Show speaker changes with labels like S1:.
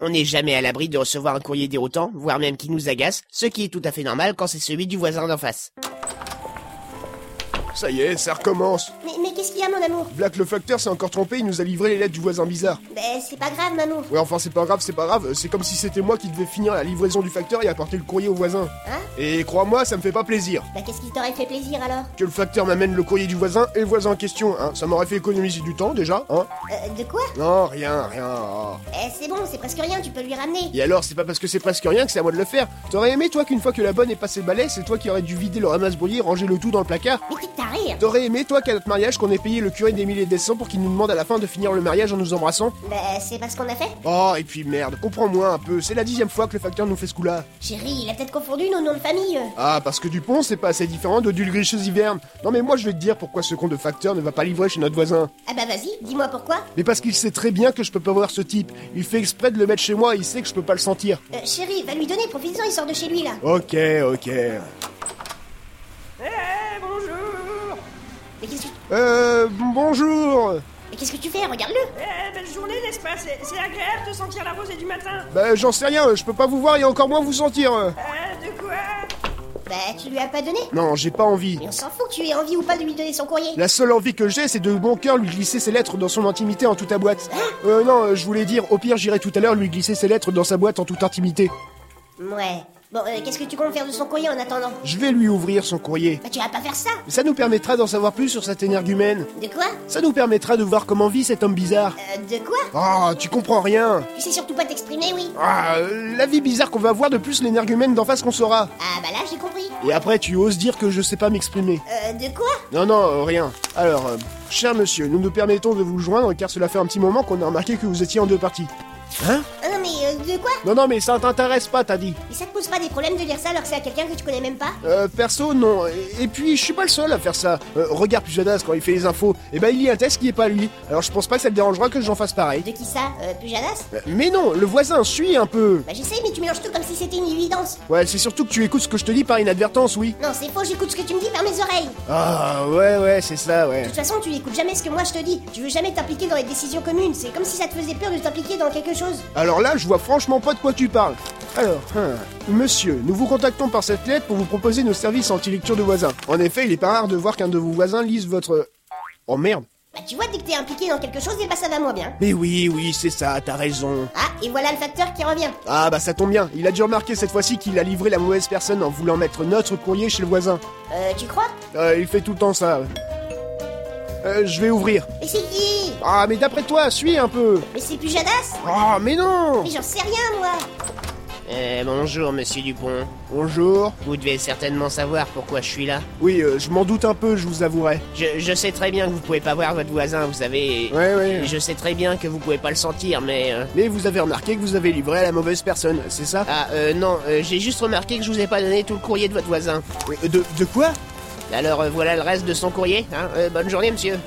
S1: On n'est jamais à l'abri de recevoir un courrier déroutant, voire même qui nous agace, ce qui est tout à fait normal quand c'est celui du voisin d'en face.
S2: Ça y est, ça recommence.
S3: Mais, mais qu'est-ce qu'il y a, mon amour
S2: Black le facteur s'est encore trompé, il nous a livré les lettres du voisin bizarre.
S3: Ben, c'est pas grave, maman.
S2: Ouais, enfin, c'est pas grave, c'est pas grave, c'est comme si c'était moi qui devais finir la livraison du facteur et apporter le courrier au voisin.
S3: Hein
S2: Et crois-moi, ça me fait pas plaisir.
S3: Bah, qu'est-ce qui t'aurait fait plaisir alors
S2: Que le facteur m'amène le courrier du voisin et le voisin en question, hein. Ça m'aurait fait économiser du temps déjà, hein.
S3: Euh, De quoi
S2: Non, rien, rien. ah.
S3: Eh, c'est bon, c'est presque rien, tu peux lui ramener.
S2: Et alors, c'est pas parce que c'est presque rien que c'est à moi de le faire. T'aurais aimé, toi, qu'une fois que la bonne ait passé le balai, c'est toi qui aurais dû vider le ramasse-brouillé, ranger le tout dans le placard
S3: Mais t'es taré hein.
S2: T'aurais aimé, toi, qu'à notre mariage, qu'on ait payé le curé des milliers des cents pour qu'il nous demande à la fin de finir le mariage en nous embrassant
S3: Bah, c'est pas ce qu'on a fait
S2: Oh, et puis merde, comprends-moi un peu, c'est la dixième fois que le facteur nous fait ce coup-là.
S3: Chérie, il a peut-être confondu nos noms de famille. euh.
S2: Ah, parce que Dupont, c'est pas assez différent de Dulgrich chez Hiverne. Non, mais moi, je vais te dire pourquoi ce con de facteur ne va pas livrer chez notre voisin.
S3: Ah bah vas-y, dis-moi pourquoi.
S2: Mais parce qu'il sait très bien que je peux pas voir ce type. Il fait exprès de le mettre chez moi et il sait que je peux pas le sentir.
S3: Euh, chérie, va lui donner, profite-en, il sort de chez lui là.
S2: Ok, ok.
S4: Eh, bonjour
S3: Mais qu'est-ce que,
S2: Euh, bonjour
S3: mais qu'est-ce que tu fais Regarde-le
S4: Eh, belle journée, n'est-ce pas C'est c'est agréable de sentir la rosée du matin
S2: Bah, j'en sais rien, je peux pas vous voir et encore moins vous sentir. euh.
S4: Eh, de quoi
S3: Bah, tu lui as pas donné
S2: Non, j'ai pas envie.
S3: Mais on s'en fout que tu aies envie ou pas de lui donner son courrier.
S2: La seule envie que j'ai, c'est de bon cœur lui glisser ses lettres dans son intimité en toute boîte. Euh, non, euh, je voulais dire, au pire, j'irai tout à l'heure lui glisser ses lettres dans sa boîte en toute intimité.
S3: Ouais. Bon, euh, qu'est-ce que tu comptes faire de son courrier en attendant
S2: Je vais lui ouvrir son courrier.
S3: Bah, tu vas pas faire ça.
S2: Ça nous permettra d'en savoir plus sur cet énergumène.
S3: De quoi
S2: Ça nous permettra de voir comment vit cet homme bizarre.
S3: Euh, de quoi
S2: Ah, tu comprends rien.
S3: Tu sais surtout pas t'exprimer, oui.
S2: Ah, euh, la vie bizarre qu'on va voir de plus l'énergumène d'en face qu'on saura.
S3: Ah bah là, j'ai compris.
S2: Et après, tu oses dire que je sais pas m'exprimer.
S3: Euh, de quoi
S2: Non, non, euh, rien. Alors, euh, cher monsieur, nous nous permettons de vous joindre car cela fait un petit moment qu'on a remarqué que vous étiez en deux parties. Hein
S3: Ah non, mais euh, de quoi
S2: Non, non, mais ça t'intéresse pas, t'as dit.
S3: Mais ça te pose pas des problèmes de dire ça alors que c'est à quelqu'un que tu connais même pas
S2: Euh, perso, non. Et, et puis, je suis pas le seul à faire ça. Euh, regarde Pujadas quand il fait les infos. Eh ben, il y a un test qui est pas lui. Alors, je pense pas que ça te dérangera que j'en fasse pareil.
S3: De qui ça euh, Pujadas
S2: Euh, Mais non, le voisin suit un peu.
S3: Bah, je sais, mais tu mélanges tout comme si c'était une évidence.
S2: Ouais, c'est surtout que tu écoutes ce que je te dis par inadvertance, oui.
S3: Non, c'est faux, j'écoute ce que tu me dis par mes oreilles.
S2: Ah, ouais, ouais, c'est ça, ouais.
S3: De toute façon, tu n'écoutes jamais ce que moi je te dis. Tu veux jamais t'impliquer dans les décisions communes. C'est comme si ça te faisait peur de t'impliquer dans quelque chose.
S2: Alors là, je vois franchement pas de quoi tu parles. Alors, hein. monsieur, nous vous contactons par cette lettre pour vous proposer nos services anti-lecture de voisins. En effet, il est pas rare de voir qu'un de vos voisins lise votre... Oh merde
S3: Bah, tu vois, dès que t'es impliqué dans quelque chose, eh bah, ça va moins bien.
S2: Mais oui, oui, c'est ça, t'as raison.
S3: Ah, et voilà le facteur qui revient.
S2: Ah bah ça tombe bien, il a dû remarquer cette fois-ci qu'il a livré la mauvaise personne en voulant mettre notre courrier chez le voisin.
S3: Euh, tu crois
S2: Euh, il fait tout le temps ça. Euh, je vais ouvrir.
S3: Mais c'est qui
S2: Ah mais d'après toi, suis un peu
S3: Mais c'est Pujadas
S2: Ah mais non
S3: Mais j'en sais rien, moi
S1: Euh, bonjour, monsieur Dupont.
S2: Bonjour.
S1: Vous devez certainement savoir pourquoi je suis là.
S2: Oui, euh, je m'en doute un peu, je vous avouerai.
S1: Je, je sais très bien que vous pouvez pas voir votre voisin, vous savez. et-
S2: Ouais, ouais.
S1: et Je sais très bien que vous pouvez pas le sentir, mais. euh,
S2: Mais vous avez remarqué que vous avez livré à la mauvaise personne, c'est ça
S1: Ah, euh, non, euh, j'ai juste remarqué que je vous ai pas donné tout le courrier de votre voisin.
S2: Euh, De, de quoi
S1: Alors euh, voilà le reste de son courrier, hein. Euh, bonne journée, monsieur.